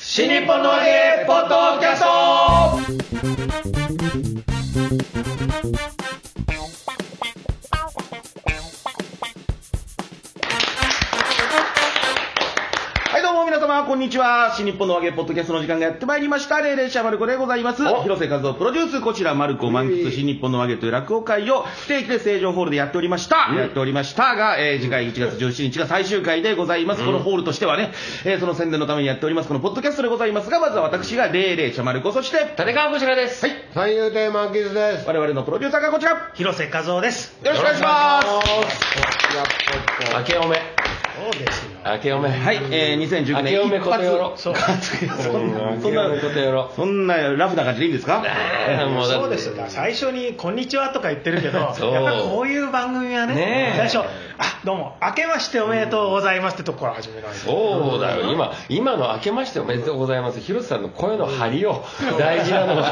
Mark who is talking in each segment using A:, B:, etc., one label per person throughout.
A: 新日本の芸ポッドキャストはいどうも皆様こんにちは新日本の和芸ポッドキャストの時間がやってまいりました霊霊者まる子でございます
B: お
A: 広瀬和夫プロデュースこちらまる子満喫新日本の和芸という落語会を不定期で成城ホールでやっておりました、やっておりましたが、えー次回1月17日が最終回でございます、このホールとしてはね、えーその宣伝のためにやっておりますこのポッドキャストでございますがまずは私が霊霊者まる子そして
B: 立川こちらです。はい。
C: 三遊亭満喫です。
A: 我々のプロデューサーがこちらよ
D: 広瀬和夫です。
A: ろしくお願いします
B: 明けおめ。
D: そうですよ。
B: 明けおめ。は
A: はい、えー、2019
B: 明
A: 年
B: けおめ
A: 一
B: こと
A: 発
B: よろ。
D: そう。
A: そんなそ
B: そ
A: ん
B: ん
A: な
B: なことやろ。
A: そんなラフな感じでいいんですか
B: も
D: そうですよ。だから最初に、こんにちはとか言ってるけど、やっ ぱ
B: そう
D: こういう番組はね、
B: ねえ
D: 最初、あ、どうも、明けましておめでとうございますってとこから始めないと。
B: そうだよ。今、今の明けましておめでとうございます。広瀬さんの声の張りを、大事な のは。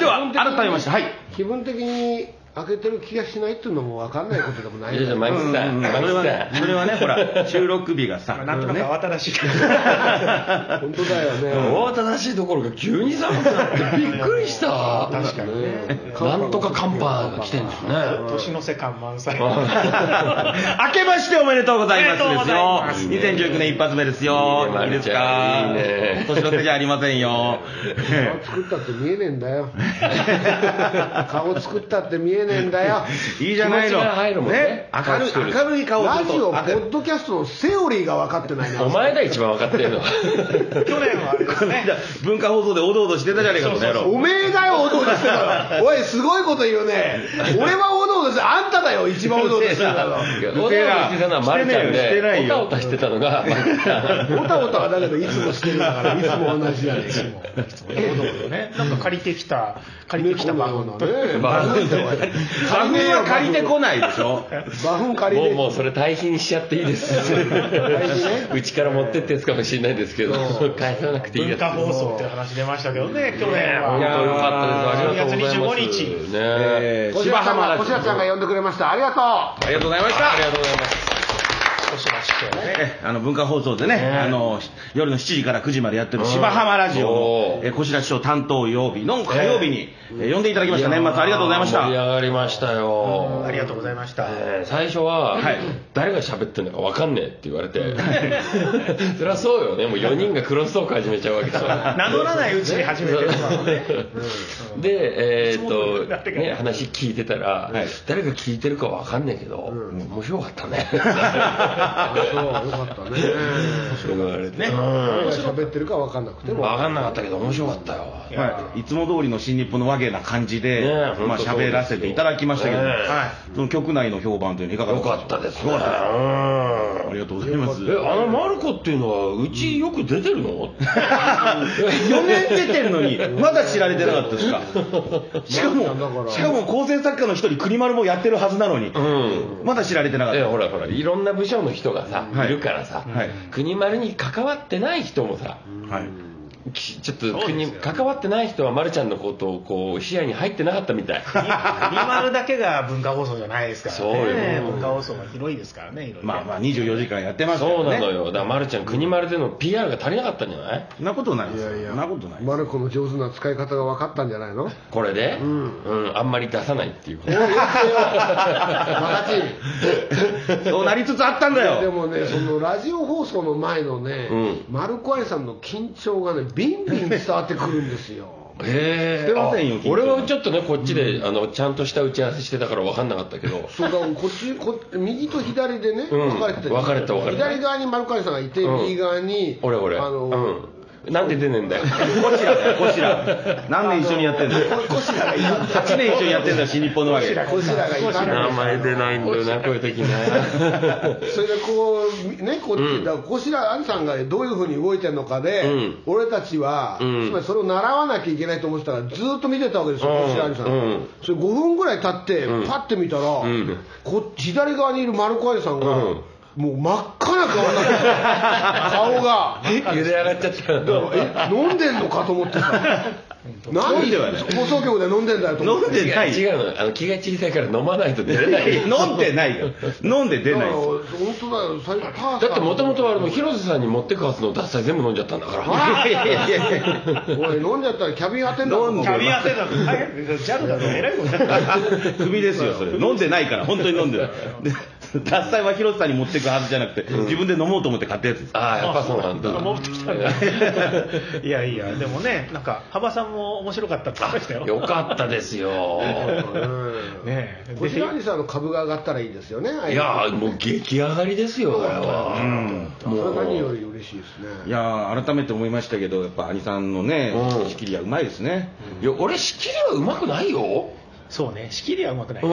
A: では改めましてはい
C: 気分的に開けてる気がしないっていうのも分かんないことでもない
B: いやいや、マキさん、
A: うん
B: マ
A: それは
B: キ
A: ね
B: さ
A: それはねほら収録日がさ
D: なんとなく
A: ね
D: 慌ただしい。
C: 本当だよ
B: ん。
C: ね。
B: 大正しいどころか急に寒くなってびっくりした。
D: 確かにね。
B: なんとかカンパが来てんですね。
D: 年の瀬感満載。
A: 明けましておめでとうございます
D: おめでと
A: で
D: うご
A: す
D: ざい
A: よ
D: ます
A: 2019年一発目ですよ
B: いいね
A: いいですか
B: まるちゃんいいね
A: 年の瀬じゃありませんよ
C: 顔作ったって見えねえんだよ。顔作ったって見えねえんだよ。
A: いいじゃない
B: 気持
A: の
B: ちが入るもんね
A: 明るい
B: 顔作る
A: 明るい顔
C: ラジオ、ポ
A: 明るい
C: ッドキャストのセオリーが分かってないな。
B: お前だ一番分かってる のは。
D: 去年はあれですね。
A: 文化放送でおどおどしてたじゃねえかこの野郎
C: おめえだよ、おどおどしてたの。おい、すごいこと言うね。俺はおどおどして、あんただよ、一番おどおどしてたの。
B: おたおたしてたのはマルちゃ
A: し
B: ん
A: てないよしてない
B: で、お
A: よ
B: たおたしてたの がマキさん。
C: おたおたはだけど、いつもしてるんだから、いつも同じだね。い つも。
D: ねなんか借りてきた、借りてきた番組。
C: ね。
B: バフン
A: 花粉は借りてこないでしょ
C: バフン借り
B: もう
C: て。
B: もうそれ対比にしちゃってい いです。うちから持ってってやつかもしれないですけど、返さなくていいや
D: 文
B: つ。
D: 化放送っていう話出ましたけどね、去年
B: 本当
D: は。
B: よかったです。ありがとうございます。
D: 12
B: ね
A: えー
C: 小白
A: 芝
C: さん
A: 浜
C: が、
A: ラ
C: 小
A: ジオ
C: 白さんが呼んでくれました。ありがと
A: ありがとうございました
B: ありがとうございます。
D: 年らしくね。
A: えあの文化放送でね、あの夜の7時から9時までやってる芝浜ラジオの
B: お、ー
A: え小白師匠担当曜日の火曜日に、え呼んでいただきました年末ありがとうございまし
B: 盛り
A: た
B: 上がりましたよ。
D: ありがとうございました。
B: えー最初は、
A: はい
B: 誰が喋ってるのか分かんねえって言わ れてそりゃそうよねもう4人がクロストーク始めちゃうわけだから
D: 名乗らないうちに始めてるからね。
B: で、えー
D: そうだ
B: っと、
D: ね
B: ね、話聞いてたら、誰が聞いてるかわかんないけど、面白かったね。
C: う。そう、よかったね。
B: 言われてね。
C: 誰が喋ってるか分かんなくても。
B: わかんなかったけど、面白かったよ。
A: はい、いつも通りの新日本の和芸な感じで、
B: ねえ
A: まあ
B: 本当そうです
A: 喋
B: よ
A: らせていただきましたけど、
B: ねえ
A: はい、その局内の評判というのはいかが
B: よ
A: でしょう
B: かったですね。
A: よ
B: う
A: かった
B: ん
A: ありがとうございます
B: え、あのマルコっていうのは、うちよく出てるの
A: 4年出てるの にまだ知られてなかったですかしか
C: まあだか
A: も
C: ら
A: しかも構成作家の一人栗丸もやってるはずなのに、
B: うん。
A: まだ知られてなかっ
B: え
A: た
B: ほらほらいろんな部署の人がさ、
A: はい
B: い、るからさ、
A: はい
B: 国丸に関わってない人もさ、
A: はい
B: きちょっと
D: そうですよ
B: 国、関わってない人は丸ちゃんのことをこう視野に入ってなかったみた い
D: アニマルだけが文化放送じゃないですからね。
B: そうよ
D: 文化放送が広いですからね、いろいろ。
A: まあまあ24時間やってますからね
B: そうなのよだから丸ちゃん国丸での PR が足りなかったんじゃない
A: そんなことないです
C: いやいや
A: そんなことないです
C: マルコの上手な使い方が分かったんじゃないの
B: これで、うんあんまり出さないっていうこと
C: マガジ
A: そうなりつつあったんだ
C: ンで
A: よ。
C: もねそのラジオ放送の前のね、
B: う
C: マルコアイさんの緊張がねビンビン伝わってくるんですよ
B: へ
A: してませんよ
B: あ
A: 緊張
B: 俺はちょっとねこっちで、あのちゃんとした打ち合わせしてたから分かんなかったけど
C: そうだこっちこ右と左でね、
B: うん
C: 分かれてた
B: 分かれた分かれた
C: 左側にマルコアイさんがいて、
B: うん
C: 右側に
B: 俺俺
C: あの、
B: うん、なんで出ねえんだよ
A: こちらだよ、こちら。何年一緒にやってんだよ。
C: コシラがいた
A: 8年一緒にやってんだよ、新日本のわけ。
C: コシラがいたんですよ
B: 名前出ないんだよなこういう時ね
C: それでこうねこっち、だからこしらあんさんがどういうふうに動いてるのかで、
B: うん
C: 俺たちは、
B: うん
C: つまりそれを習わなきゃいけないと思ってたからずーっと見てたわけですよ、
B: うん
C: こしらあんさん、
B: うん
C: それ5分ぐらい経って、パッて見たら、
B: ん
C: こ左側にいる丸子アイさんが、
B: うん
C: もう真っ赤な顔になってた顔 が
B: 茹で上がっちゃったの
C: え飲んでんのかと思ってさ何
A: 飲んではない
C: 放送局で飲んでんだよと思っ
A: 飲
C: て
A: んでない
B: 違うのあの気が小さいから飲まないと出れない
A: 飲んでないよ飲んで出ない
C: だ
A: です
C: から本当だよ最初パー
B: だってもともとあれも広瀬さんに持ってくはずの脱菜全部飲んじゃったんだから
A: いやいやいやいや
C: おい飲んじゃったらキャビン当てんだ
A: 飲んで
D: キャビアセダン大変ジャルだと偉いことになる
A: 首ですよそ れ飲んでないから本当に飲んで ないで脱菜は広瀬さんに持ってくはずじゃなくて、自分で飲もうと思って買ったやつです
B: ああやっぱそうなんだ
D: 持ってきたんだいやいやでもねなんか幅さんも面白かったって言ってましたよ
B: よかったですよ
C: うん
D: ねえ
C: こちらにさんの株が上がったらいいですよねああ
B: いうやーもう激上がりですよこれは、
C: それ
B: も
C: は何よ
B: う
C: り嬉しいですね
A: いやー改めて思いましたけどやっぱ兄さんのね
B: うん
A: 仕切りはうまいですね、
B: いや俺仕切りはうまくないよ
D: そうね仕切りはうまくない、
B: うん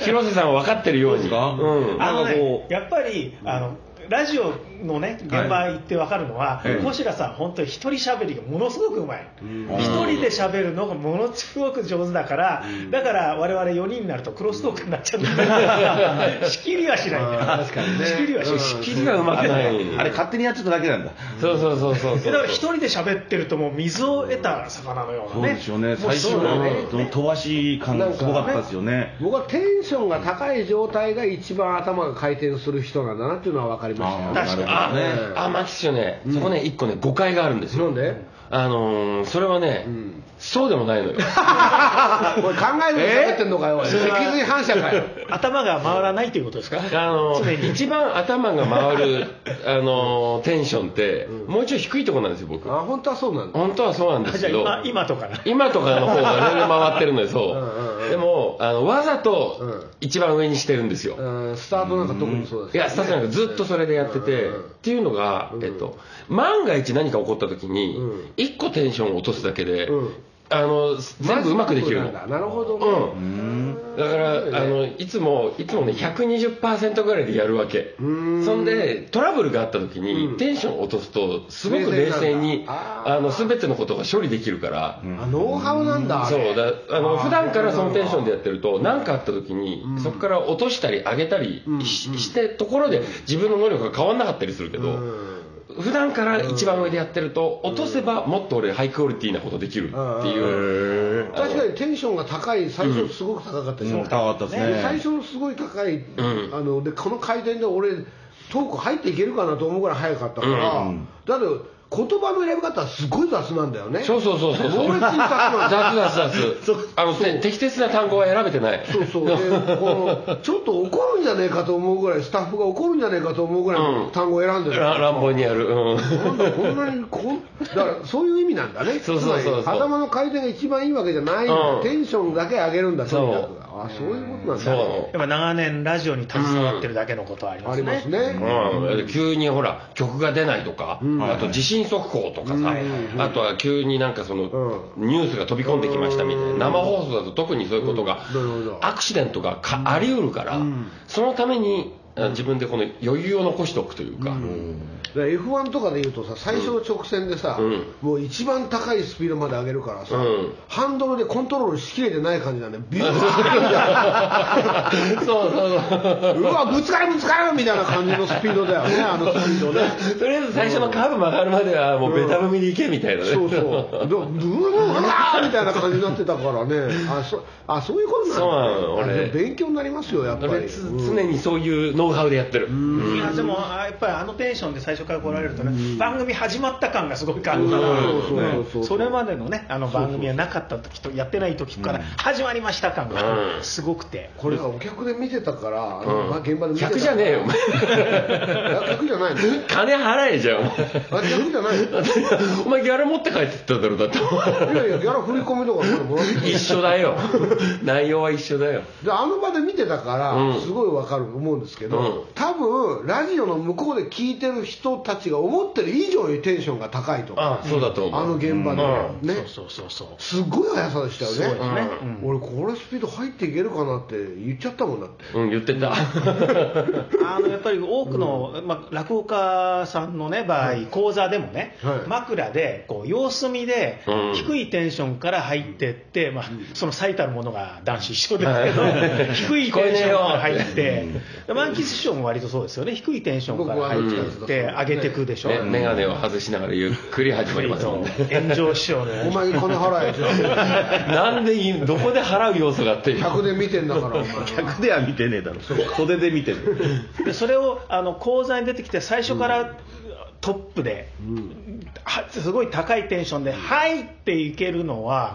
B: 広瀬さんは分かってるよう
A: そ
B: に
A: うですか
B: うん
D: あの
A: なんかこ
D: ね
A: う
D: やっぱりあのラジオのね現場行って分かるのは、
A: ええ
D: 小白さん本当に一人喋りがものすごくうまい一人で喋るのがものすごく上手だからだから我々4人になるとクロストークになっちゃうんだよ仕切りはしないんだよ
C: あー確かにね
D: 仕切りはしない
B: 仕切りがうまくない
A: あれ勝手にやっちゃっただけなんだ
B: そうそうそうそうそ
D: だ
B: う
D: から一人で喋ってるともう水を得た魚のよう
A: そう
D: なね
A: ですよね
D: もう
A: 最初
D: そうだ
A: の
D: ね
A: その飛ばし感がすごかったですよね
C: 僕はテンションが高い状態が一番頭が回転する人なんだなっていうのは分かりましたよ
A: あー
C: ね
D: 確かに
A: なるほどね
B: あマキシュねそこね一個ね誤解があるんです
C: な
B: よ
C: んで
B: あのーそれはね
C: ん
B: そうでも ないのよ
C: これ考えずに喋ってんのかよ、おい脊髄反射かよ
D: 頭が回らないということですか
B: あのー一番頭が回る あのーテンションってもうちょい低いとこなんですよ僕
C: あ本当はそうなんだ
B: 本当はそうなんです
D: じゃ
B: け
D: あ
B: ど
D: 今今とかな
B: 今とかの方が全然回ってるのよそ
C: うんうんう
B: うんでもあのわざ
C: う
B: と
C: ん
B: 一番上にしてるんですよ
C: うんスタートなんか特にそうです
B: いやスタッフなんかずっとそれでやってて、っていうのが、えっと、万が一何か起こった時に、
C: うん
B: 一個テンションを落とすだけで、
C: うん
B: あの全部うまくできるの
C: マジックなんだなるほどね
B: うん、だから、あのいつもいつもね120%ぐらいでやるわけそ
C: ーん
B: んでトラブルがあった時に、テンション落とすとすごく冷静
C: 冷静なん
B: に
C: だあ
B: あの全てのことが処理できるから、
C: あノウハウなんだあ
B: そう
C: れ
B: だあの普段からそのテンションでやってると何かあった時にそこから落としたり上げたりししてところで自分の能力が変わんなかったりするけ
C: う
B: ど
C: ん
B: 普段から一番上でやってると落とせばもっと俺ハイクオリティなことできるっていう
C: 確かにテンションが高い最初すごく高かったでしょ、
A: 高かったです
C: で最
A: ね
C: 初のすごい高い、
B: ん
C: あのでこの回転で俺トーク入っていけるかなと思うぐらい早かったから、だって言葉の選び方はすごい雑なんだよね
B: そうそうそうそう
C: 猛烈に雑な
B: 雑
C: んだ
B: 雑 雑あのて適切な単語は選べてない
C: そうそうでこのちょっと怒るんじゃねえかと思うぐらいスタッフが怒るんじゃねえかと思うぐらいの単語を選んでる、
B: ら乱暴にやるうん
C: なんだこんなにこんだからそういう意味なんだね
B: そうそうそうそう
C: つまり頭の回転が一番いいわけじゃないんだ、
B: うん
C: テンションだけ上げるんだ
B: そう
C: とにかくあそういうことなん
B: そう
C: だ
B: なの
D: やっぱ長
C: ね
D: 年ラジオに携わってるだけのことはありま
C: あ
D: す
C: り
D: ね、
C: ますね、
B: うん、急にほら曲が出ないとか、あと地震速報とかさ、あとは急になんかその、ニュースが飛び込んできましたみたいな、生放送だと特にそういうことが、
C: うんなるほど
B: アクシデントがかあり得るから、そのためにあ自分でこの余裕を残しておくというか、
C: だから F1 とかで言うとさ最初の直線でさ、
B: ん
C: もう一番高いスピードまで上げるからさ、
B: うん
C: ハンドルでコントロールしきれてない感じ なんでビューッ
B: そうそうそう
C: うわぶつかるぶつかるみたいな感じのスピードだよ ねあのスピードね
B: とりあえず最初のカーブ曲がるまではもうベタ踏みで行けみたいなね、
C: そうそうブーブーーみたいな感じになってたからねあそあそういうことなんだ、ね、
B: そうなの俺
C: あでも勉強になりますよやっぱ
B: 俺
C: り
B: つ常にそういうノウハウでやってる、
D: いやでもあやっぱりあのテンションで最初から来られるとね、番組始まった感がすごくあるか
C: そうそうそうそう
D: ら、それまでのね、あの番組はなかった時とやってない時から始まりました感
B: うん
D: がすごくて、
C: これがお客で見てたから、あのまあ現場で見てた
B: 客じゃねえ よお前
C: え客じ ゃないの
B: 金払えじゃんお前
C: あ客じゃないの
B: お前ギャラ持って帰ってっただろだって
C: いやいやギャラ振り込みとかこれもらってた
B: 一緒だよ 内容は一緒だよ
C: であの場で見てたから、
B: うん
C: すごいわかる思うんですけど、
B: うん
C: 多分ラジオの向こうで聞いてる人たちが思ってる以上にテンションが高いとあ
B: あそうだと思う
C: の現場で、
B: う
C: ね
D: そうそうそうそう。
C: すごい速さでしたよね
D: そうですね
C: うん俺これスピード入っていけるかなって言っちゃったもんだって
B: うん言ってた
D: あのやっぱり多くの、まあ、落語家さんの、ね、場合、講座でもね、
C: はい
D: 枕でこう様子見で、
B: うん
D: 低いテンションから入ってって、まあ、その最たるものが男子一緒ですけど、低いテンションから入って、でマン木師匠も割とそうですよね低いテンションから入ってきて
C: 僕は
D: 上げていくでしょ、
B: ね、メガネを外しながらゆっくり始まりますもんね。
D: 炎上師匠ね
C: お前に金払えって
B: なんでいい、どこで払う要素があっていう。
C: 100年見てんだからお前
A: 客では見てねえだろ袖で見てる
D: でそれをあの講座に出てきて最初からトップで、はすごい高いテンションで「はい!」っていけるのは、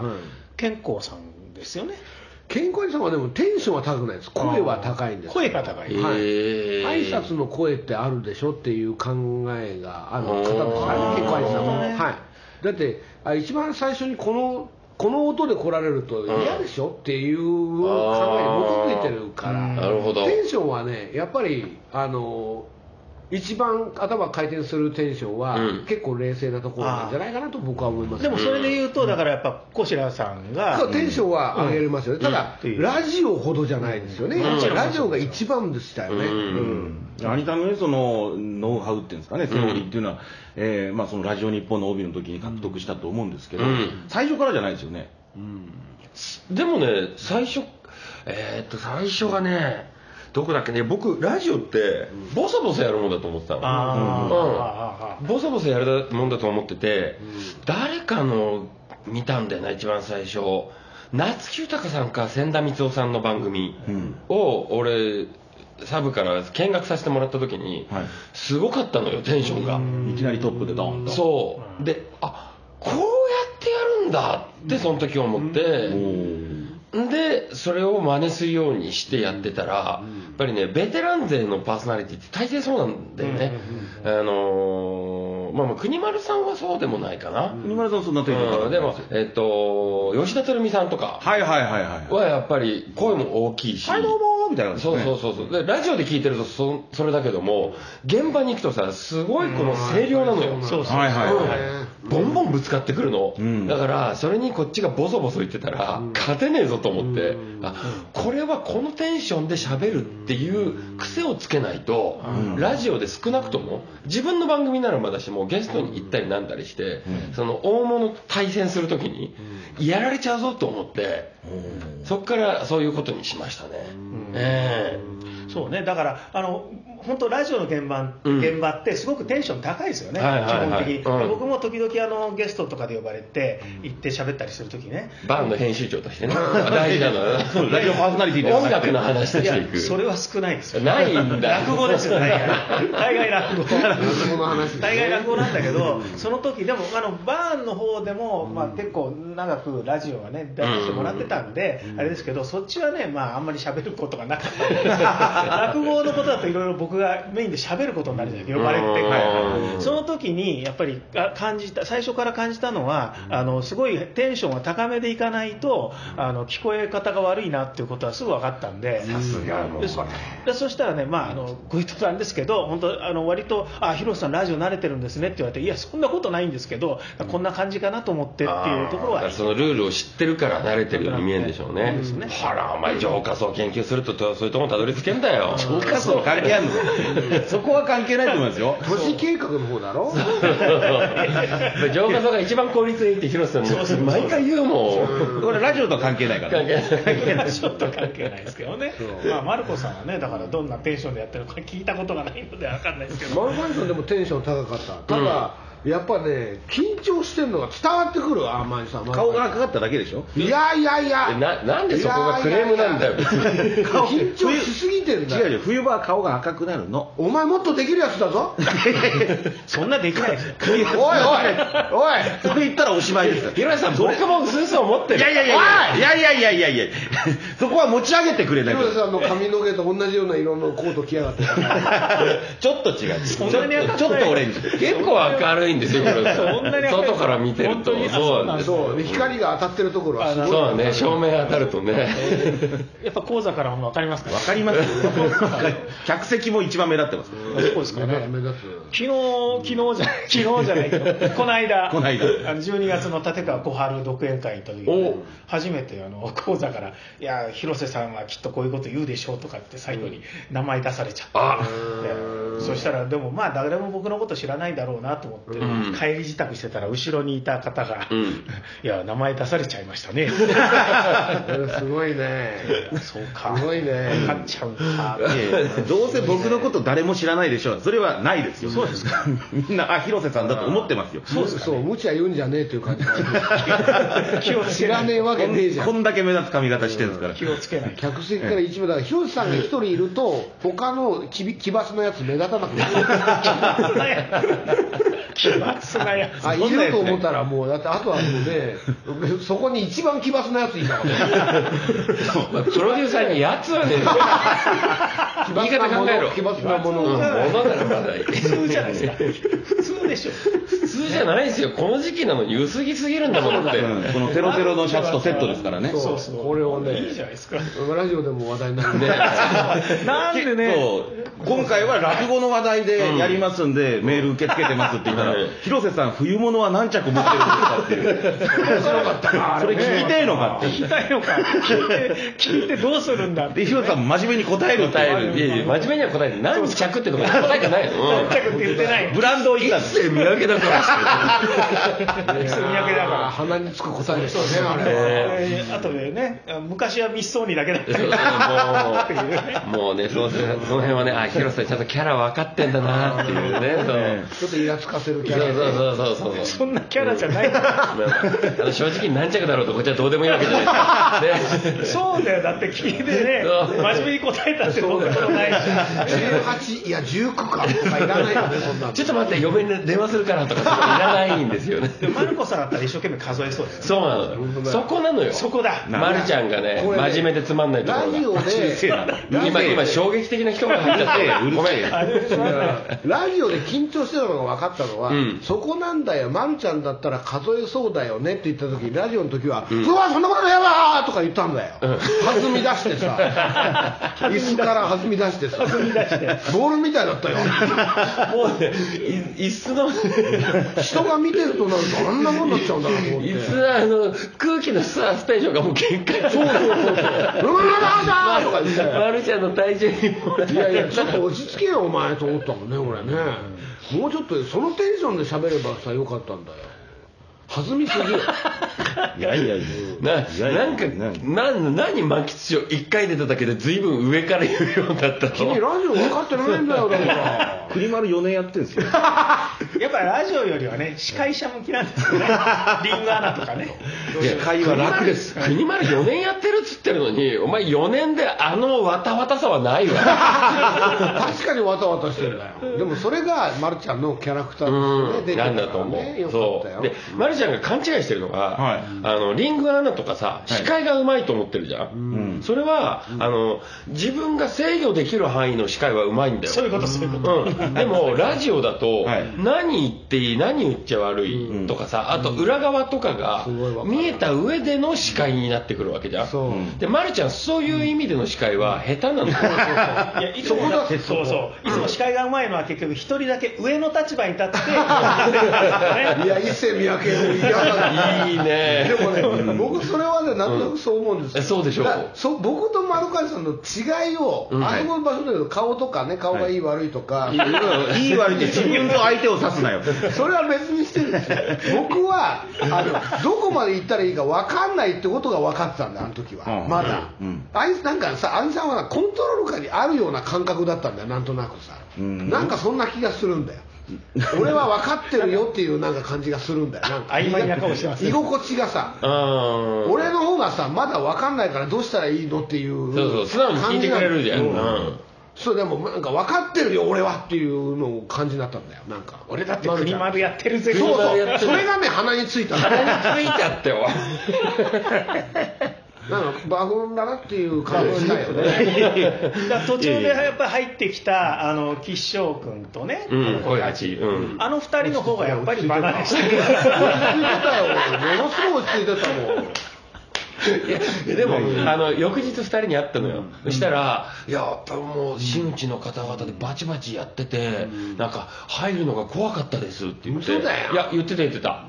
D: 健康さんですよね
C: 健康さんはでもテンションは高くないです声は高いんです
D: 声が高い、
B: えー
C: 挨拶の声ってあるでしょっていう考えがある方ですからね
B: おー
C: 結構ありさんは、
D: なるほどね
C: はい、だってあ一番最初にこのこの音で来られると嫌でしょっていう考えに基づいてるから、
B: なるほど。
C: テンションはねやっぱりあの一番頭回転するテンションは、
B: うん
C: 結構冷静なところなんじゃないかなと僕は思います
D: でもそれで言うとだからやっぱ小白さんが、
C: そうテンションは上げれますよね、ただ、
D: うん
C: ラジオほどじゃないですよね、やっぱりラジオが一番でしたよね、
A: アニタのねそのノウハウっていうんですかねセオリーっていうのは、えーまあ、そのラジオ日本の帯の時に獲得したと思うんですけど、
B: うん
A: 最初からじゃないですよね
B: でもね、最初、えーっと、最初がね、どこだっけね、僕、ラジオって、ボソボソやるもんだと思ってたの。
D: あー
B: うん
D: あーあーあ
B: ボソボソやるもんだと思ってて、誰かの見たんだよな一番最初夏木豊さんか千田光雄さんの番組を、俺サブから見学させてもらった時に、
A: はい
B: すごかったのよテンションが、
A: いきなりトップでドーンと
B: そうであこうやってやるんだってその時思って、でそれを真似するようにしてやってたら、やっぱりねベテラン勢のパーソナリティって大抵そうなんだよね、あのーまあまあ国丸さんはそうでもないかな、うん
A: 今村さんそんなテンション高くない
B: でも、えっと、吉田照美さんとか
A: はいはいはいはい
B: はやっぱり声も大きいし、
A: はいどうもみたいな感じ
B: そ
A: で
B: う
A: すね
B: そうそうそうでラジオで聞いてるとそそれだけども現場に行くとさすごいこの声量なのよ、
D: そうそう
A: はいはいはい
B: うんボンボンぶつかってくるの、
A: ん
B: だからそれにこっちがボソボソ言ってたら勝てねえぞと思って、あこれはこのテンションで喋るっていう癖をつけないと、ラジオで少なくとも自分の番組ならまだしもゲストに行ったりなんだりして、その大物と対戦する時にやられちゃうぞと思って、そっからそういうことにしましたね、え
D: そうねだからあの本当ラジオの現場,、
B: うん
D: 現場ってすごくテンション高いですよね、
B: はいはいはい
D: 基本的に、
B: うん
D: 僕も時々あのゲストとかで呼ばれて行って喋ったりする時ね、
B: えバンの編集長と してね大事なのは
A: そうラジオパーソナリティではな
B: 音
A: く
B: 楽
A: て
B: の話と
D: い
B: していく
D: やそれは少ないですよ
B: ないんだ
D: 落語ですよ大概大概落語
C: 語の話ですね
D: 大概落語なんだけどその時でもあのバーンの方でも、まあ、結構長くラジオはね出してもらってたんで、あれですけどそっちはね、まあ、あんまり喋ることがなかったんです落語のことだといろいろ僕がメインで喋ることになるじゃない呼ばれて
B: うん
D: はいその時にやっぱりあ感じた最初から感じたのはあのすごいテンションが高めでいかないとあの聞こえ方が悪いなっていうことはすぐ分かったんでさすがもうでそしたらね、まあ、あのご一さんですけど本当あの割と「あ広瀬さんラジオ慣れてるんですね」って言われて「いやそんなことないんですけどこんな感じかなと思って」っていうところは
B: あーそのルールを知ってるから慣れてるように見えるんでしょうね
D: そうですね
B: ほらお前浄化層研究するととそういうとこたどり着けんだ よ
A: 文化層関係あるのそこは関係ないと思いますよ
C: 都市計画の方だろ
B: 浄化層が一番効率いいって広瀬さんも毎回言うもん
A: これラジオとは関係ないから
B: 関係ない
D: 関係ないちょっと関係ないですけどね、まあ、マルコさんはねだからどんなテンションでやってるのか聞いたことがないので分かんないですけど
C: マンマンションでもテンション高かったただ、やっぱね緊張してるのが伝わってくるアーマンさん
A: 顔がかかっただけでしょ
C: いやいやいや
B: えななんでそこがクレームなんだよ
C: いやいやいや緊張しすぎてんだ
A: 違う
C: よ
A: よ冬場は顔が赤くなるの
C: お前もっとできるやつだぞ
D: そんなできないですよ
C: おいおいおい
A: それ言ったらおしまいです
B: 広瀬さん僕も薄々思って
A: い
B: る
A: やいやいやいやいやいやいやいやいやそこは持ち上げてくれないと
C: 広瀬さんの髪の毛と同じような色のコート着や がっ て
A: ちょっと違うちょ
D: ん
A: っ
D: な
A: と
D: に赤くない
A: ちょっとオレンジ
B: 結構明るいんですよ広瀬
D: そんなに
B: さん
D: 明るい
B: 外から見てる
D: 本当に
B: と
D: あ
B: そうなんです
C: そう光が当たってるところはすごい
B: そうだね照明当たるとね
D: やっぱ講座からも分かりますか
A: わかります 客席も一番目立ってます
D: そうですか
C: 目立
D: ね
C: つ目立
D: 昨日、昨日じゃない、昨日じゃないけど、この間、
A: この間
D: あの12月の立川小春独演会という、初めてあの講座から、いや、広瀬さんはきっとこういうこと言うでしょうとかって、最後に名前出されちゃって、
B: あ
D: そしたら、でもまあ、誰も僕のこと知らないだろうなと思って、
B: うん
D: 帰り支度してたら後ろにいた方が、
B: うん
D: いや名前出されちゃいましたね
C: すごいね。
D: そうか
C: すごいね
D: 分かっちゃうか
A: いやいやどうせ僕のこと誰も知らないでしょう。それはないですよ。そうですか。みんな、あ、広瀬さんだと思ってますよ。
C: そうそう、無茶言うんじゃねえという感じ。
D: 気をつ
C: 知
D: けな
C: ら
D: い
C: ねえわけねえじゃ
A: こ
C: ん。
A: んだけ目立つ髪型してるんですから。
D: 気をつけ ない
C: 客席から一部だから、広瀬さんが一人いると、他のきび奇抜なやつ目立たなく なる。
D: 奇抜なやつ
C: あ、いると思ったらもう、だってあとはも うね、そこに一番奇抜なやついたから。
B: まあプロデューサーにやつ はねえんだよ
C: 奇
B: 言い
C: 抜
B: 方
C: なも
B: 考え
C: の、
B: ろ
C: 奇抜なもの
B: うん
C: を。
B: 物ならまだいい
D: 普通じゃないですか普通でしょ
B: 普通じゃないですよこの時期なのに薄着すぎるんだも んって
A: うんこのテロテロのシャツとセットですからね。
C: そうそう、これをね、
D: いいじゃないですか
C: ラジオでも話題にな るね。
D: なんでね
A: そう今回は落語の話題でやりますんで、メール受け付けてますって言ったら、
B: うん
A: 広瀬さん、冬物は何着持ってるん ですかっていう。それ聞いてえのかっていう。
D: 聞きたいのか聞いて聞いてどうするんだって
A: で、広瀬さんも真面目に答えるって
B: 答え
A: いう。
B: るいやいや真面目には答える何着ってとか答えがないの、うん
D: 全く言ってない
A: ブランドを言ったんです。
B: 見分けだから
D: 積み上げだから
C: 鼻につく答えですよね、あれ。
D: えーあとでねあ昔はミスソーニだけだったけど
B: もうもうねそうその辺はねあ広瀬ちゃんとキャラ分かってんだなっていうね
C: ちょっとイラつかせるキ
B: そう
C: ャラで。
B: そうそうそうそう
D: そんなキャラじゃない
B: まあまああの正直何着だろうとこっちはどうでもいいわけじゃないですかね
D: そうだよだって聞いてね
B: そう
D: 真面目に答えたってどうでもないし
C: 18いや19かとかいらないよねそんなの
B: ちょっと待って嫁に電話するからとかそういうのいらないんですよね
D: でもマルコさんだったら一生懸命数えそうです
B: そうなのよそこなのよ
D: そこだ
B: まるちゃんがね
C: これね
B: 真面目でつまんないとこ
C: ラ
B: ろ
C: ジオ
B: が
A: せえな
C: で
B: 今今衝撃的な人が入っちゃってごめん
C: ラジオで緊張してたのが分かったのは、
B: うん
C: そこなんだよ、ま、るちゃんだったら数えそうだよねって言った時にラジオの時は「うわそんなことやわ!」とか言ったんだよ、弾み出してさ椅子から 弾み出してさボールみたいだった よ
B: もうねい椅子の
C: 人が見てるとなんかあんなもんなっちゃうんだなと思って
B: いつあの空気のさステーションがもう限界そうそうそう
C: 「うわーとか言って
B: まるちゃんの体重にも
C: いやいや、ちょっと落ち着けよ、お前と思ったもんね、俺ね。もうちょっと、そのテンションで喋ればさ、よかったんだよ。弾みすぎる。
A: いやいやいや。
B: ななんかなん何満喫しよう1回出ただけで随分上から言うようになった
C: 君、
B: の
C: ラジオ分かってないんだよ、だから。
A: 栗丸4年やってるんですよ。
D: やっぱりラジオよりはね司会者向きなんですよねリングアナとかね
A: 会話楽です。
B: 国丸4年やってるっつってるのにお前4年であのわたわたさはないわ
C: 確かにわたわたしてるんだよ。でも、それが、まるちゃんのキャラクタ
B: う
C: ーで
B: ん
C: すよね、出てたか
B: なん
C: ら
B: だと思
C: ね。
B: う
C: よかっ
B: そ
C: た
B: う
C: よ。
B: でまるちゃんが勘違いしてるのが、
A: はい
B: あのリングアナとかさ司会がうまいと思ってるじゃん、それは、あの自分が制御できる範囲の司会はうまいんだよ
D: そういうことそういうこと
B: うん、で もラジオだと
A: はい
B: 何言っていい何言っちゃ悪いとかさあと裏側とかが
C: すごいわかる
B: 見えた上での司会になってくるわけじゃん
C: そう
B: で、ま、るちゃんそういう意味での司会は下手なの
D: いやいつもだってそうそういつも司会がうまいのは結局一人だけ上の立場に立って
C: いや、伊勢三宅も嫌だ な。
B: いいね
C: でもね、僕それはね、なんとなくそう思うんですよ。
B: うんえそうでしょう
C: だからそ僕と丸川さんの違いを、
B: ん
C: あそこの場所で顔とかね、顔がいい悪いとか、
A: いい悪いって自分と相手を指すなよ。
C: それは別にしてるんですよ僕はあのどこまで行ったらいいか分かんないってことが分かってたんだあの時は、
A: うん
C: まだ、
A: うん
C: あいつなんかさあいつさんはコントロール下にあるような感覚だったんだよなんとなくさ、
A: ん
C: なんかそんな気がするんだよ俺は分かってるよっていうなんか感じがするんだよなんか
D: 曖昧な顔してます
C: 居心地がさ
B: うん
C: 俺の方がさまだ分かんないからどうしたらいいのっていう
B: そうそう素直に聞いてくれるじゃん、
C: 感
B: う
C: じなの
B: ん
C: そうでもなんか分かってるよ俺はっていうのを感じになったんだよなんか
D: 俺だって国丸やってるぜ
C: そう
B: 車
C: そ
B: で
C: う
B: やってる
C: それがね鼻についた の
B: 鼻についたっておい
C: なんかバフンだなっていう感じだよね
D: だから途中でやっぱり入ってきたあの吉祥君とね、
B: うん声八うん
D: あの二人の方がやっぱり離れしてる
C: 落ち着いてたよ俺ものすごい落ち着いてたもん
B: いやでも、あの翌日2人に会ったのよ、そしたらいややっぱもう真打ちの方々でバチバチやってて、なんか入るのが怖かったですって言って
C: 嘘だよ
B: いや言ってた言ってた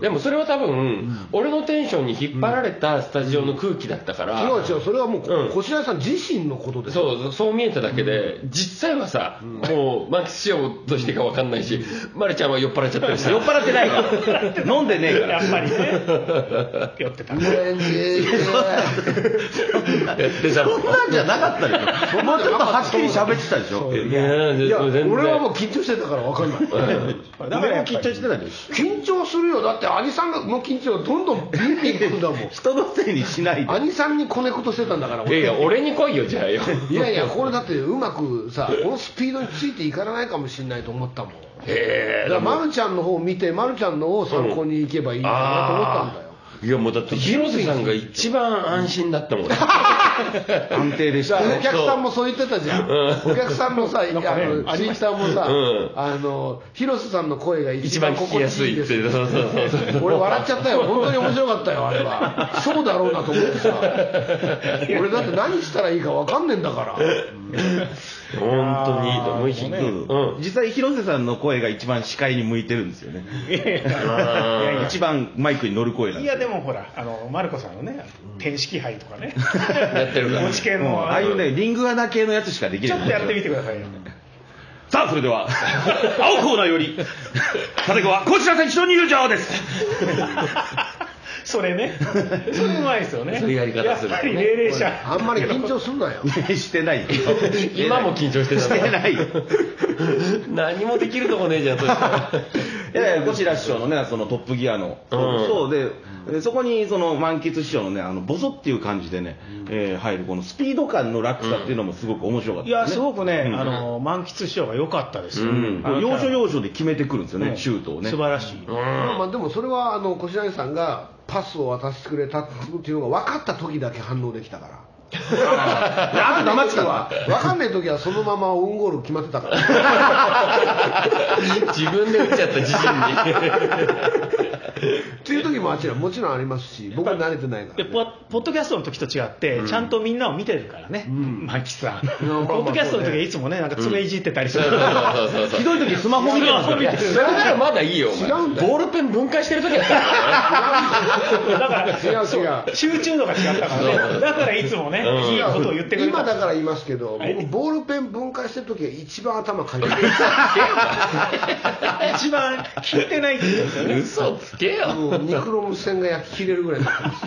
B: でもそれは多分、俺のテンションに引っ張られたスタジオの空気だったから、
C: 違う違う、それはもう、
B: うん
C: こしらえさん自身のことですよ
B: そうそう見えただけで、実際はさ、もう満喫しようとしてか分かんないし、まるちゃんは酔っ払っちゃって るし、
A: 酔っ払ってないから。 飲んでねえか
D: や
A: ら。
D: っぱりね、酔 ってた。
C: ごめんね
B: やってたの。
A: そんなんじゃなかったでしょ。もうちょっとはっき り喋ってたでしょ。
B: いや
C: い
B: い
C: や、
B: や全然
C: 俺はもう緊張してたから分か んない。
A: だからやっぱり俺も緊張してたでしょ。。
C: 緊張するよ。だって、兄さんがの緊張どんどんビンビンくんだもん
A: 人のせいにしないで。
C: 兄さんにこねことしてたんだか
B: い
C: ら、
B: や
C: 俺
B: いや、俺に来いよ、じゃあよ。
C: いやいや、これだってうまくさ、このスピードについていかないかもしれないと思ったもん。
B: へ
C: だ
B: え
C: から、まるちゃんの方を見て、まるちゃんのを参考に行けばいいなと思ったんだよ。
B: いやもうだって広瀬さんが一番安心だったもん
A: 安定でし
C: だ
A: た
C: からお
A: ね。
C: 客さんもそう言ってたじゃん、お客さんもさ、あのツイッターもさ、
B: うん
C: あの広瀬さんの声が一
B: 一
C: 番
B: 番聞き
C: 心
B: や
C: 地
B: す
C: いい
B: い
C: で
B: っ
C: す
B: てそうそうそうそう
C: 俺、笑っちゃったよ、本当に面白かったよ、あれは、そうだろうなと思っ てさ、俺だって何したらいいか分かんねえんだから、
B: 本当にもうひ
D: ね
B: うん
A: 実際広瀬さんの声が一番視界に向いてるんですよね。
B: あー
A: 一番マイクに乗る声なん
D: い
A: で
D: やでもほら、あのマルコさんのね、天式杯とかね、
B: やってるから
D: 持ち系
A: す。もう
D: の、
A: ああいうねリングアナ系のやつしかでき
D: ち
A: な
D: ょ
A: い
D: っ。とやってみてくださいよ。
A: さあ、それでは、青コーナーより、立川、こちら選手の入場です。
D: それね、それうまいですよね。
B: そういうやり方する
D: やっぱり霊霊者。
C: あんまり緊張すんなよ、
A: してない。
B: 今も緊張して
A: して
B: たな
A: ない。い
B: 何もできるとこねえじゃんそしたら
A: やいや、こちら師匠のね、そのトップギアの、
B: うん
A: そうで、でそこにその満喫師匠のね、あのボソっていう感じでね、えー入るこのスピード感の落差っていうのもすごく面白かった
D: い
A: ね、
D: や、すごくね、あの満喫師匠が良かったですよ。
B: うん
A: こう要所要所で決めてくるんですよね、
D: うん
A: シュートをね。
D: 素晴らしい。
C: まあまあでもそれはあの小白さんがパスを渡してくれたっていうのが分かった時だけ反応できたから。
A: あと黙ってたわ。
C: 分かんない時はそのままオウンゴール決まってたから
B: 自分で打っちゃった自身に
C: っていう時もあちらもちろんありますし僕は慣れてないから
D: で
C: ね、
D: ポポッドキャストの時と違って、ちゃんとみんなを見てるからね、マキ さん。ポ
C: まあ
D: ッドキャストの時はいつもね、なんか爪いじってたりする。
B: そうそうそう
A: ひどい時スマホ見てますからね。
B: それならまだいいよお前
C: 違うんだよ
B: ボールペン分解してる時やったからね
D: だから、
C: 違う違う
D: 集中度が違ったからね。だからいつもね、
B: うん
D: いいことを言ってくれ
C: 今
D: た。
C: だから言いますけど
D: はい
C: 僕ボールペン分解してる時が一番頭かゆい
D: 一番聞いてないって言うんですよね。
B: 嘘つけよ
C: もうニクロム線が焼き切れるぐらいになってますか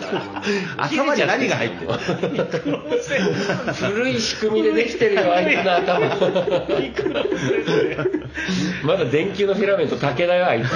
C: ら
A: 頭に何が入ってる
B: 古い仕組みでできてるよあいつの頭
D: いくらですね
B: まだ電球のフィラメント竹だよあいつ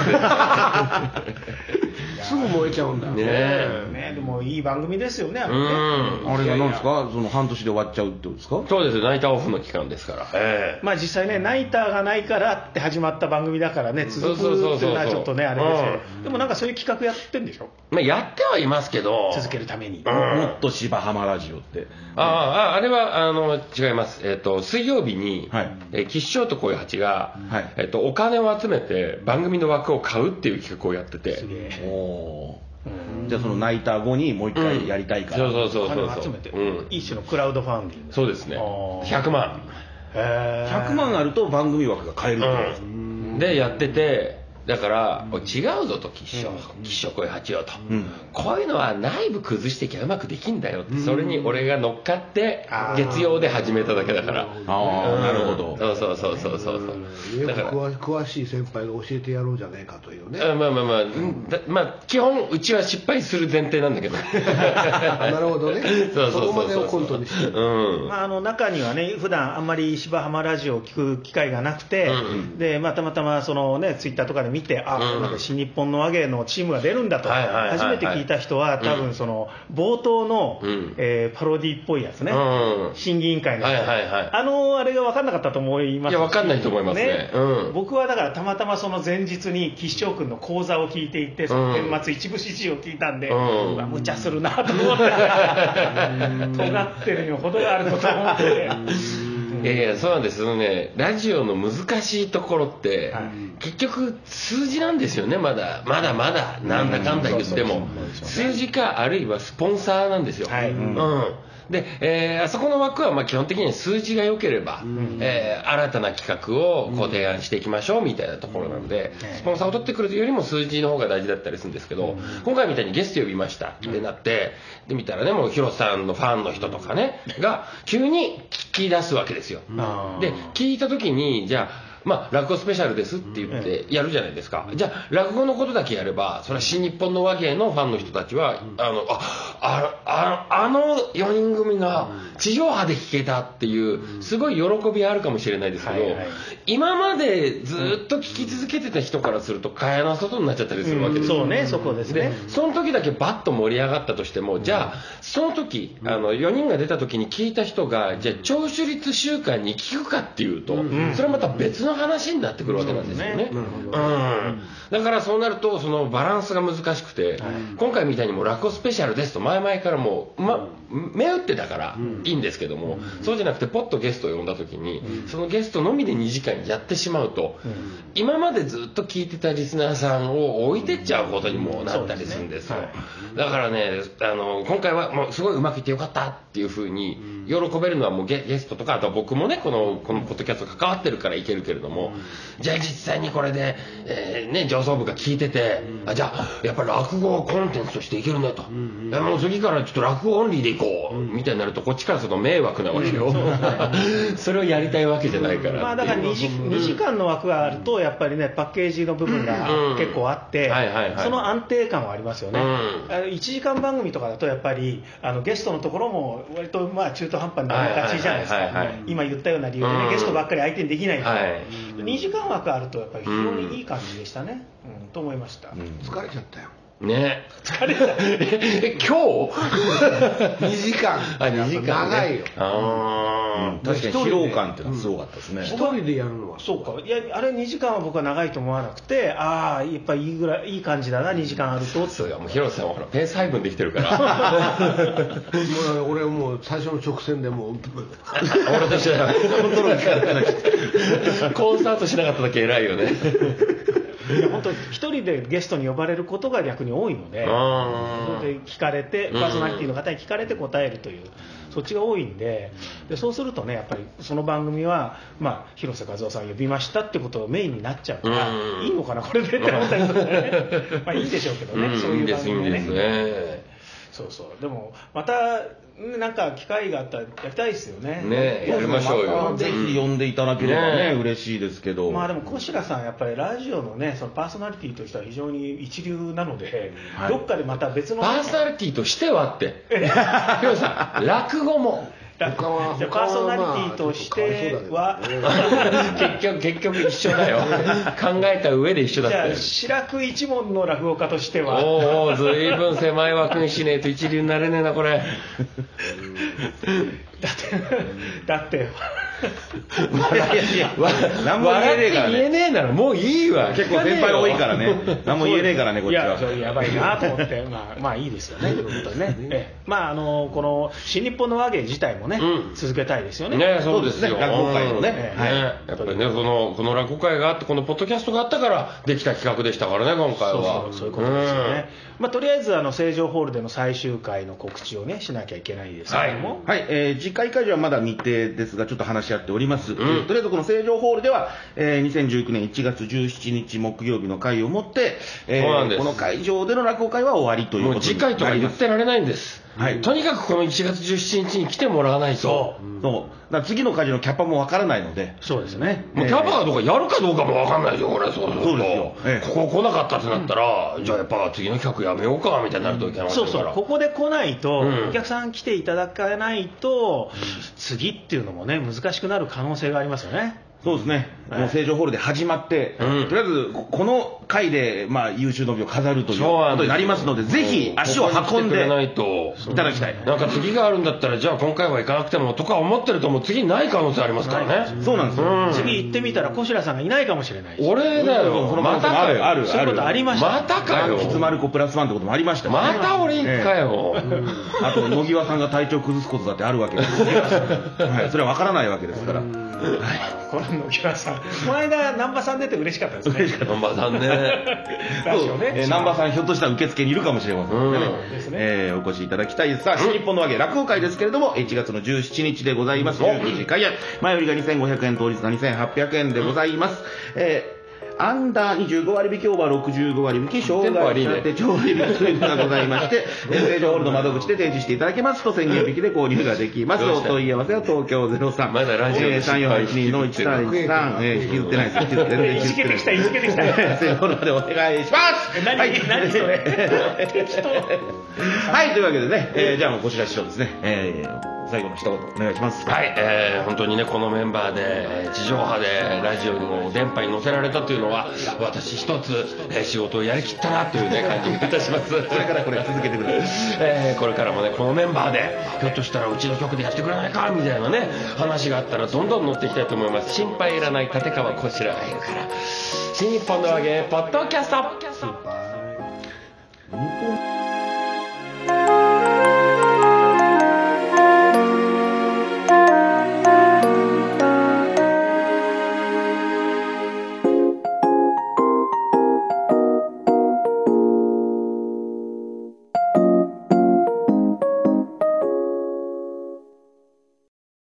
C: すぐ燃えちゃうんだ、
B: ねえ
D: ね、でもいい番組ですよね、あ
B: う
D: れね
B: ん
A: あれが何ですかその半年で終わっちゃうってことですか
B: そうですよナイターオフの期間ですからえ
D: まあ実際ね、ナイターがないからって始まった番組だからね、続
B: そうそうそ
D: く
B: う
D: って
B: そ
D: いううのはちょっとね、あれですけど、でもなんかそういう企画やってんでしょ、
B: えまあやってはいますけど
D: 続けるために
B: う。ん
A: もっと芝浜ラジオって。
B: ああああれはあの違います、えっと水曜日に、
A: はい
B: えー吉祥とこういう八が、
A: はい
B: えっとお金を集めて番組の枠を買うっていう企画をやってて
D: すげえ。
A: おーじゃあそのナイター後にもう一回やりたいから、
B: そうそうそ
D: お
B: うそ
D: 金
B: う
D: を集めて、
B: うん、
D: 一種のクラウドファンディング。
B: そうですね
D: あー
B: 100万
D: へー
A: 100万あると番組枠が変えるってことです、
B: でやっててだからお違うぞと吉祥吉祥こういう八よと、
A: ん
B: こういうのは内部崩してきゃうまくできんだよって、それに俺が乗っかって月曜で始めただけだから
A: あ
B: う
A: あ
B: ん
A: なるほど、
B: そうそうそうそうそうそう
C: よく
B: だから
C: 詳詳しい先輩が教えてやろうじゃねえかというね
B: あまあまあまあ、うんだまあ、基本うちは失敗する前提なんだけど
C: あなるほどね
B: そうそうそうそう
C: そこまでをコントにして
B: うん
D: まあ、あの中にはね、普段あんまり芝浜ラジオを聞く機会がなくて、でまあ、たまたまその、ね、ツイッターとかで見て、あ、
B: うん
D: なんか新日本の和芸のチームが出るんだと、
B: はいはいはいはい
D: 初めて聞いた人は、多分その冒頭の、
B: うん
D: えーパロディっぽいやつね、
B: うん
D: 審議委員会の、
B: はいはいはい
D: あのあれが分かんなかったと思います
B: いやわかんないと思いますねうん
D: 僕はだから、たまたまその前日に吉祥君の講座を聞いていて、その
B: うん
D: 年末、一部指示を聞いたんで、
B: う
D: うんわ、無茶するなと思って、尖ってるにも程があるとか思って。
B: いやいやそうなんですそのねラジオの難しいところって、
D: はい
B: 結局数字なんですよねまだまだまだなんだかんだ言っても、数字かあるいはスポンサーなんですよ、
D: はい
B: うんで、えーあそこの枠はまあ基本的に数字が良ければ、えー新たな企画をこう提案していきましょうみたいなところなので、スポンサーを取ってくるよりも数字の方が大事だったりするんですけど、今回みたいにゲスト呼びましたってなって、で見たらね、もうヒロさんのファンの人とかね、が急に聞き出すわけですよ。で、聞いた時に、じゃあ、まあ、落語スペシャルですって言ってやるじゃないですか、じゃあ落語のことだけやればそれは新日本の和芸のファンの人たちは、あのああああの4人組が地上波で聴けたっていうすごい喜びあるかもしれないですけど、
D: はいはい
B: 今までずっと聴き続けてた人からすると蚊帳の外になっちゃったりするわけですよ、
D: そうね、そこですね。
B: その時だけバッと盛り上がったとしても、じゃあ、その時あの4人が出た時に聞いた人が、じゃあ、聴取率週間に聞くかっていうと、それはまた別の話になってくるわけなんですよね。うんだからそうなると、そのバランスが難しくて、今回みたいにもう落語スペシャルですと、前々からもう、ま、目打ってたからいいんですけども、そうじゃなくて、ポッとゲストを呼んだ時に、そのゲストのみで2時間やってしまうと、今までずっと聞いてたリスナーさんを置いてっちゃうことにもなったりするんですよ、だからねあの今回はもうすごいうまくいってよかったっていうふうに喜べるのはもうゲゲストとかあとは僕もねこのこのポッドキャスト関わってるからいけるけれども、じゃあ実際にこれで、えーね、上層部が聞いてて、あじゃあやっぱり落語をコンテンツとしていけるねと、いやもう次からちょっと落語オンリーでいこう、みたいになるとこっちからすると迷惑なわけよ、 それをやりたいわけじゃないからっていう
D: まあだから2時 ,2 時間の枠があると、やっぱりね、パッケージの部分
B: うん
D: が結構あって
B: はいはいはい、
D: その安定感はありますよね、
B: うん
D: あの1時間番組とかだと、やっぱりあのゲストのところも、割とまあ中途半端になりがちじゃないです
B: はいはいはい
D: か
B: はい、
D: 今言ったような理由で
B: うん
D: ね、ゲストばっかり相手にできないから
B: はい、
D: 2時間枠あると、やっぱり非常にいい感じでしたね、うんと思いました。
C: 疲れちゃったよ
B: ね疲れた え今日
C: 2時 間
B: あ2時間、ね、
C: 長いよ
B: ああ、
A: 確かに疲労感っていうのはすごかったですね。
C: 一人でやるの は
D: そうかいやあれ2時間は僕は長いと思わなくてああやっぱいいぐらいいい感じだな2時間あると
B: そうやもう広瀬さんはほらペース配分できてるから
C: もう俺もう最初の直線でもう
B: 俺としてはコントロールからコンサートしなかっただけ偉いよね
D: いや本当一人でゲストに呼ばれることが逆に多いので
B: あ
D: それで聞かれてパーソナリティの方に聞かれて答えるというそっちが多いんででそうするとねやっぱりその番組は、まあ、広瀬和夫さん呼びましたってことをメインになっちゃうから
B: うん
D: いいのかなこれでって思ったりするからね まあいいでしょうけど
B: う
D: ね、
B: ん
D: そう
B: い
D: い
B: いん
D: う
B: で
D: 番
B: すいいん
D: 組
B: ですね
D: そうそうでもまたねなんか機会があったらやりたいですよね
B: ねやりましょうよ
A: ぜひ呼んでいただければね、
B: ね
A: 嬉しいですけど。
D: まあでも小白さんやっぱりラジオのねそのパーソナリティとしては非常に一流なので、どっかでまた別の
B: パーソナリティとしてはって広瀬さん落語も
C: 他は
D: じゃあパーソナリティとしては、
B: 結局結局一緒だよ考えた上で一緒だっ
D: じ
B: た
D: ゃ
B: よ
D: あ白く一門の落語家としては
B: おうおうずいぶん狭い枠にしねえと一流になれねえなこれ
D: だってだって
A: いやいやいや、何も言えねえ
B: 笑っ
A: から
B: て言
A: ね。
B: えねえならもういいわ
A: 結構先輩多いから
B: ね
A: ね。何も言えねえからね、こっ
D: い
A: ち
D: や
A: は。
D: やばいなと思ってまあまあいいですよねということでね、ええまああのこの新日本の和芸自体もね、
B: うん
D: 続けたいですよね
B: ねそうですよ
A: そうですね落語会のね
B: うん
A: はい
B: やっぱりねこのこの落語会があってこのポッドキャストがあったからできた企画でしたからね今回
D: そう
B: は
D: そうそういうことですよね、まあ、とりあえずあの成城ホールでの最終回の告知をねしなきゃいけないですけども、
A: はい、えー次回会場はまだ未定ですが、ちょっと話し合っております。とりあえずこの成城ホールでは、えー2019年1月17日木曜日の会をもって、えー
B: そうなんです
A: この会場での落語会は終わりと
B: うん
A: いうこ
B: も
A: と
B: う次
A: にな
B: 回
A: り
B: とか言っ
A: ます
B: てられないんです、
A: はい
B: とにかくこの1月17日に来てもらわないと
A: そう。だから次の会場のキャパもわからないので。
D: そうですね
B: もうキャバがどうかやるかどうかも分かんないですよ、これ、そうすると
A: そうですよええ
B: ここ来なかったってなったら、じゃあやっぱ次の企画やめようかみたいになるといけない
D: そうそうここで来ないと、
B: うん
D: お客さん来ていただかないと、次っていうのもね難しくなる可能性がありますよね
A: そうですね、もう成城ホールで始まって、
B: うん
A: とりあえずここの回で、まあ、優秀の美を飾るという
B: そうな
A: こと
B: んですよ
A: になりますので、ぜひ足を運ん
B: ここに来てくれ
A: で
B: ないと
A: いただきたい、
B: なんか次があるんだったら、じゃあ今回は行かなくてもとか思ってると、もう次ない可能性ありますからね。
A: そうなんですよ、
B: うん
D: 次行ってみたら小白さんがいないかもしれないし
B: 俺だ
A: そうそ
B: よ。
A: の
B: またかよ。
A: ある
D: そういうことありました
B: またかよ。
A: 満喫マルコプラスワンってこともありましたよ
B: ま
A: ね、
B: た俺行くかよ。
A: あと野際さんが体調崩すことだってあるわけです、はい、それは分からないわけですから、
D: コナンの木村さん、この間、難波さん出て嬉しかったですね。
B: 難波さんね。
D: ラジオね。
A: えー、南波さん、ひょっとしたら受付にいるかもしれませんのでね、
B: うん
D: ですね
A: えーお越しいただきたいです。さあ、新日本のわけ、落語会ですけれども、1月の17日でございます。19時開演。前売りが2500円、当日が2800円でございます。えーアンダー25割引き、オーバー65割引き、障害者手帳割引きというのがございまして、えー成城ホールの窓口で提示していただけますと1000円引きで購入ができます。
B: ど
A: お
B: うした
A: 問い合わせは東京03。
B: まだラジオ
A: え
B: で
A: ー
B: 失敗
A: 3482の1対3。えー引きずってないです。引きずってない
D: で
A: で
D: い
A: す
D: じけてきた、いじけて きた。
A: 先ほどまでお願いします
D: え何何それ適当
A: はい、というわけでね、えーじゃあもうこちら師匠ですね、えー最後の一言お願いします。
B: はい、えー本当にね、このメンバーで、えー地上波でラジオの電波に乗せられたというのは、私一つ、えー仕事をやりきったなというね、感じがいたします。
A: これからこれ続けてください。
B: えーこれからもねこのメンバーでひょっとしたらうちの局でやってくれないかみたいなね話があったらどんどん乗っていきたいと思います心配いらない立川こちらがいるから新日本の揚げポッドキャスト